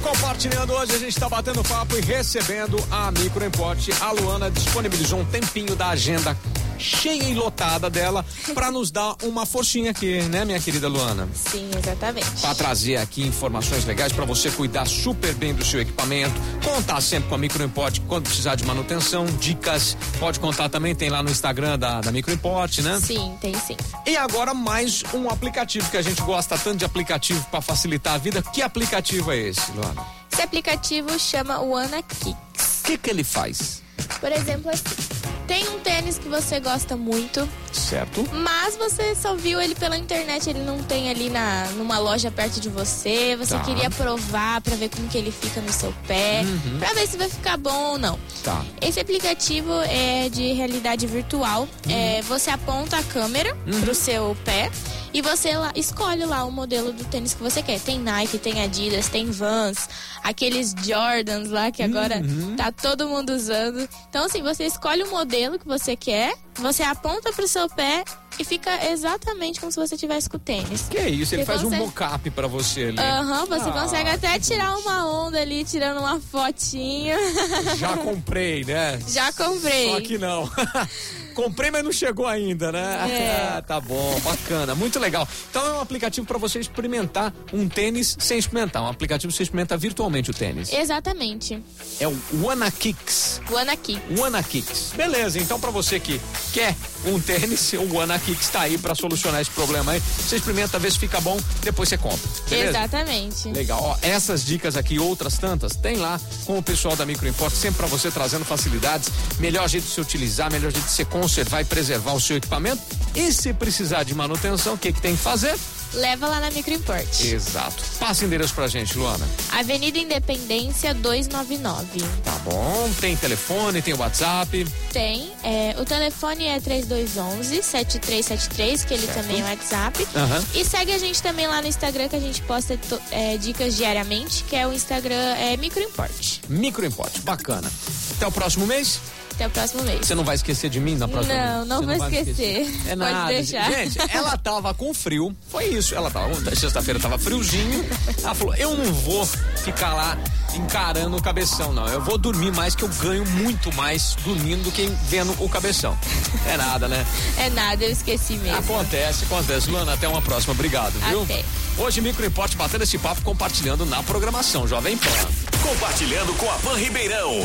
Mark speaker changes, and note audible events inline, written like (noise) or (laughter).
Speaker 1: compartilhando. Hoje a gente está batendo papo e recebendo a Micro em Pote. A Luana disponibilizou um tempinho da agenda cheia e lotada dela para nos dar uma forcinha aqui, né, minha querida Luana?
Speaker 2: Sim, exatamente.
Speaker 1: Para trazer aqui informações legais para você cuidar super bem do seu equipamento, contar sempre com a Micro Import quando precisar de manutenção, dicas, pode contar também, tem lá no Instagram da, da Micro Import, né?
Speaker 2: Sim, tem sim.
Speaker 1: E agora mais um aplicativo que a gente gosta tanto de aplicativo para facilitar a vida. Que aplicativo é esse, Luana?
Speaker 2: Esse aplicativo chama o Ana Kicks.
Speaker 1: O que, que ele faz?
Speaker 2: Por exemplo, assim. Tem um tênis que você gosta muito,
Speaker 1: Certo?
Speaker 2: mas você só viu ele pela internet, ele não tem ali na numa loja perto de você. Você
Speaker 1: Tá.
Speaker 2: queria provar pra ver como que ele fica no seu pé, pra ver se vai ficar bom ou não.
Speaker 1: Tá.
Speaker 2: Esse aplicativo é de realidade virtual.
Speaker 1: Uhum.
Speaker 2: É, você aponta a câmera pro seu pé e você lá- escolhe lá o modelo do tênis que você quer. Tem Nike, tem Adidas, tem Vans, aqueles Jordans lá que agora
Speaker 1: Uhum.
Speaker 2: tá todo mundo usando. Então, assim, você escolhe o modelo que você quer, você aponta pro seu pé e fica exatamente como se você tivesse com o tênis.
Speaker 1: Que é isso, ele
Speaker 2: Você
Speaker 1: faz um
Speaker 2: consegue-
Speaker 1: mock-up para você ali.
Speaker 2: Aham, você
Speaker 1: Ah,
Speaker 2: consegue até tirar uma onda ali, tirando uma fotinha.
Speaker 1: Já comprei, né?
Speaker 2: (laughs) Já comprei.
Speaker 1: Só que não. (laughs) comprei, mas não chegou ainda, né?
Speaker 2: É.
Speaker 1: Ah, tá bom, bacana, muito legal. Então é um aplicativo para você experimentar um tênis sem experimentar. Um aplicativo que você experimenta virtualmente o tênis.
Speaker 2: Exatamente.
Speaker 1: É o Wanakicks.
Speaker 2: O Ana Kicks.
Speaker 1: Wanakicks. Beleza, então pra você que quer um tênis, o Wanakicks tá aí pra solucionar esse problema aí. Você experimenta, vê se fica bom, depois você compra. Beleza?
Speaker 2: Exatamente.
Speaker 1: Legal. Ó, essas dicas aqui e outras tantas tem lá com o pessoal da Microimport, sempre para você trazendo facilidades, melhor jeito de se utilizar, melhor jeito de se conservar e preservar o seu equipamento. E se precisar de manutenção, o que, que tem que fazer?
Speaker 2: Leva lá na Microimport.
Speaker 1: Exato. Passa o endereço pra gente, Luana.
Speaker 2: Avenida Independência 299.
Speaker 1: Tá bom. Tem telefone, tem WhatsApp.
Speaker 2: Tem. é, o telefone é 3211-7373, que ele também é WhatsApp.
Speaker 1: Aham.
Speaker 2: E segue a gente também lá no Instagram, que a gente posta to- é, dicas diariamente, que é o Instagram é, Microimport.
Speaker 1: Microimport. Bacana. Até o próximo mês.
Speaker 2: Até o próximo mês.
Speaker 1: Você não vai esquecer de mim na próxima
Speaker 2: Não,
Speaker 1: vez?
Speaker 2: não
Speaker 1: Você
Speaker 2: vou
Speaker 1: vai me
Speaker 2: esquecer.
Speaker 1: É
Speaker 2: Pode
Speaker 1: nada.
Speaker 2: deixar.
Speaker 1: Gente, ela tava com frio. Foi isso. Ela tava. Sexta-feira tava friozinho. Ela falou: eu não vou ficar lá encarando o cabeção, não. Eu vou dormir mais, que eu ganho muito mais dormindo do que vendo o cabeção. É nada, né?
Speaker 2: É nada, eu esqueci mesmo.
Speaker 1: Acontece, acontece. Luana, até uma próxima. Obrigado, viu?
Speaker 2: Até.
Speaker 1: Hoje, Micro Importe batendo esse papo, compartilhando na programação Jovem Pan.
Speaker 3: Compartilhando com a Van Ribeirão.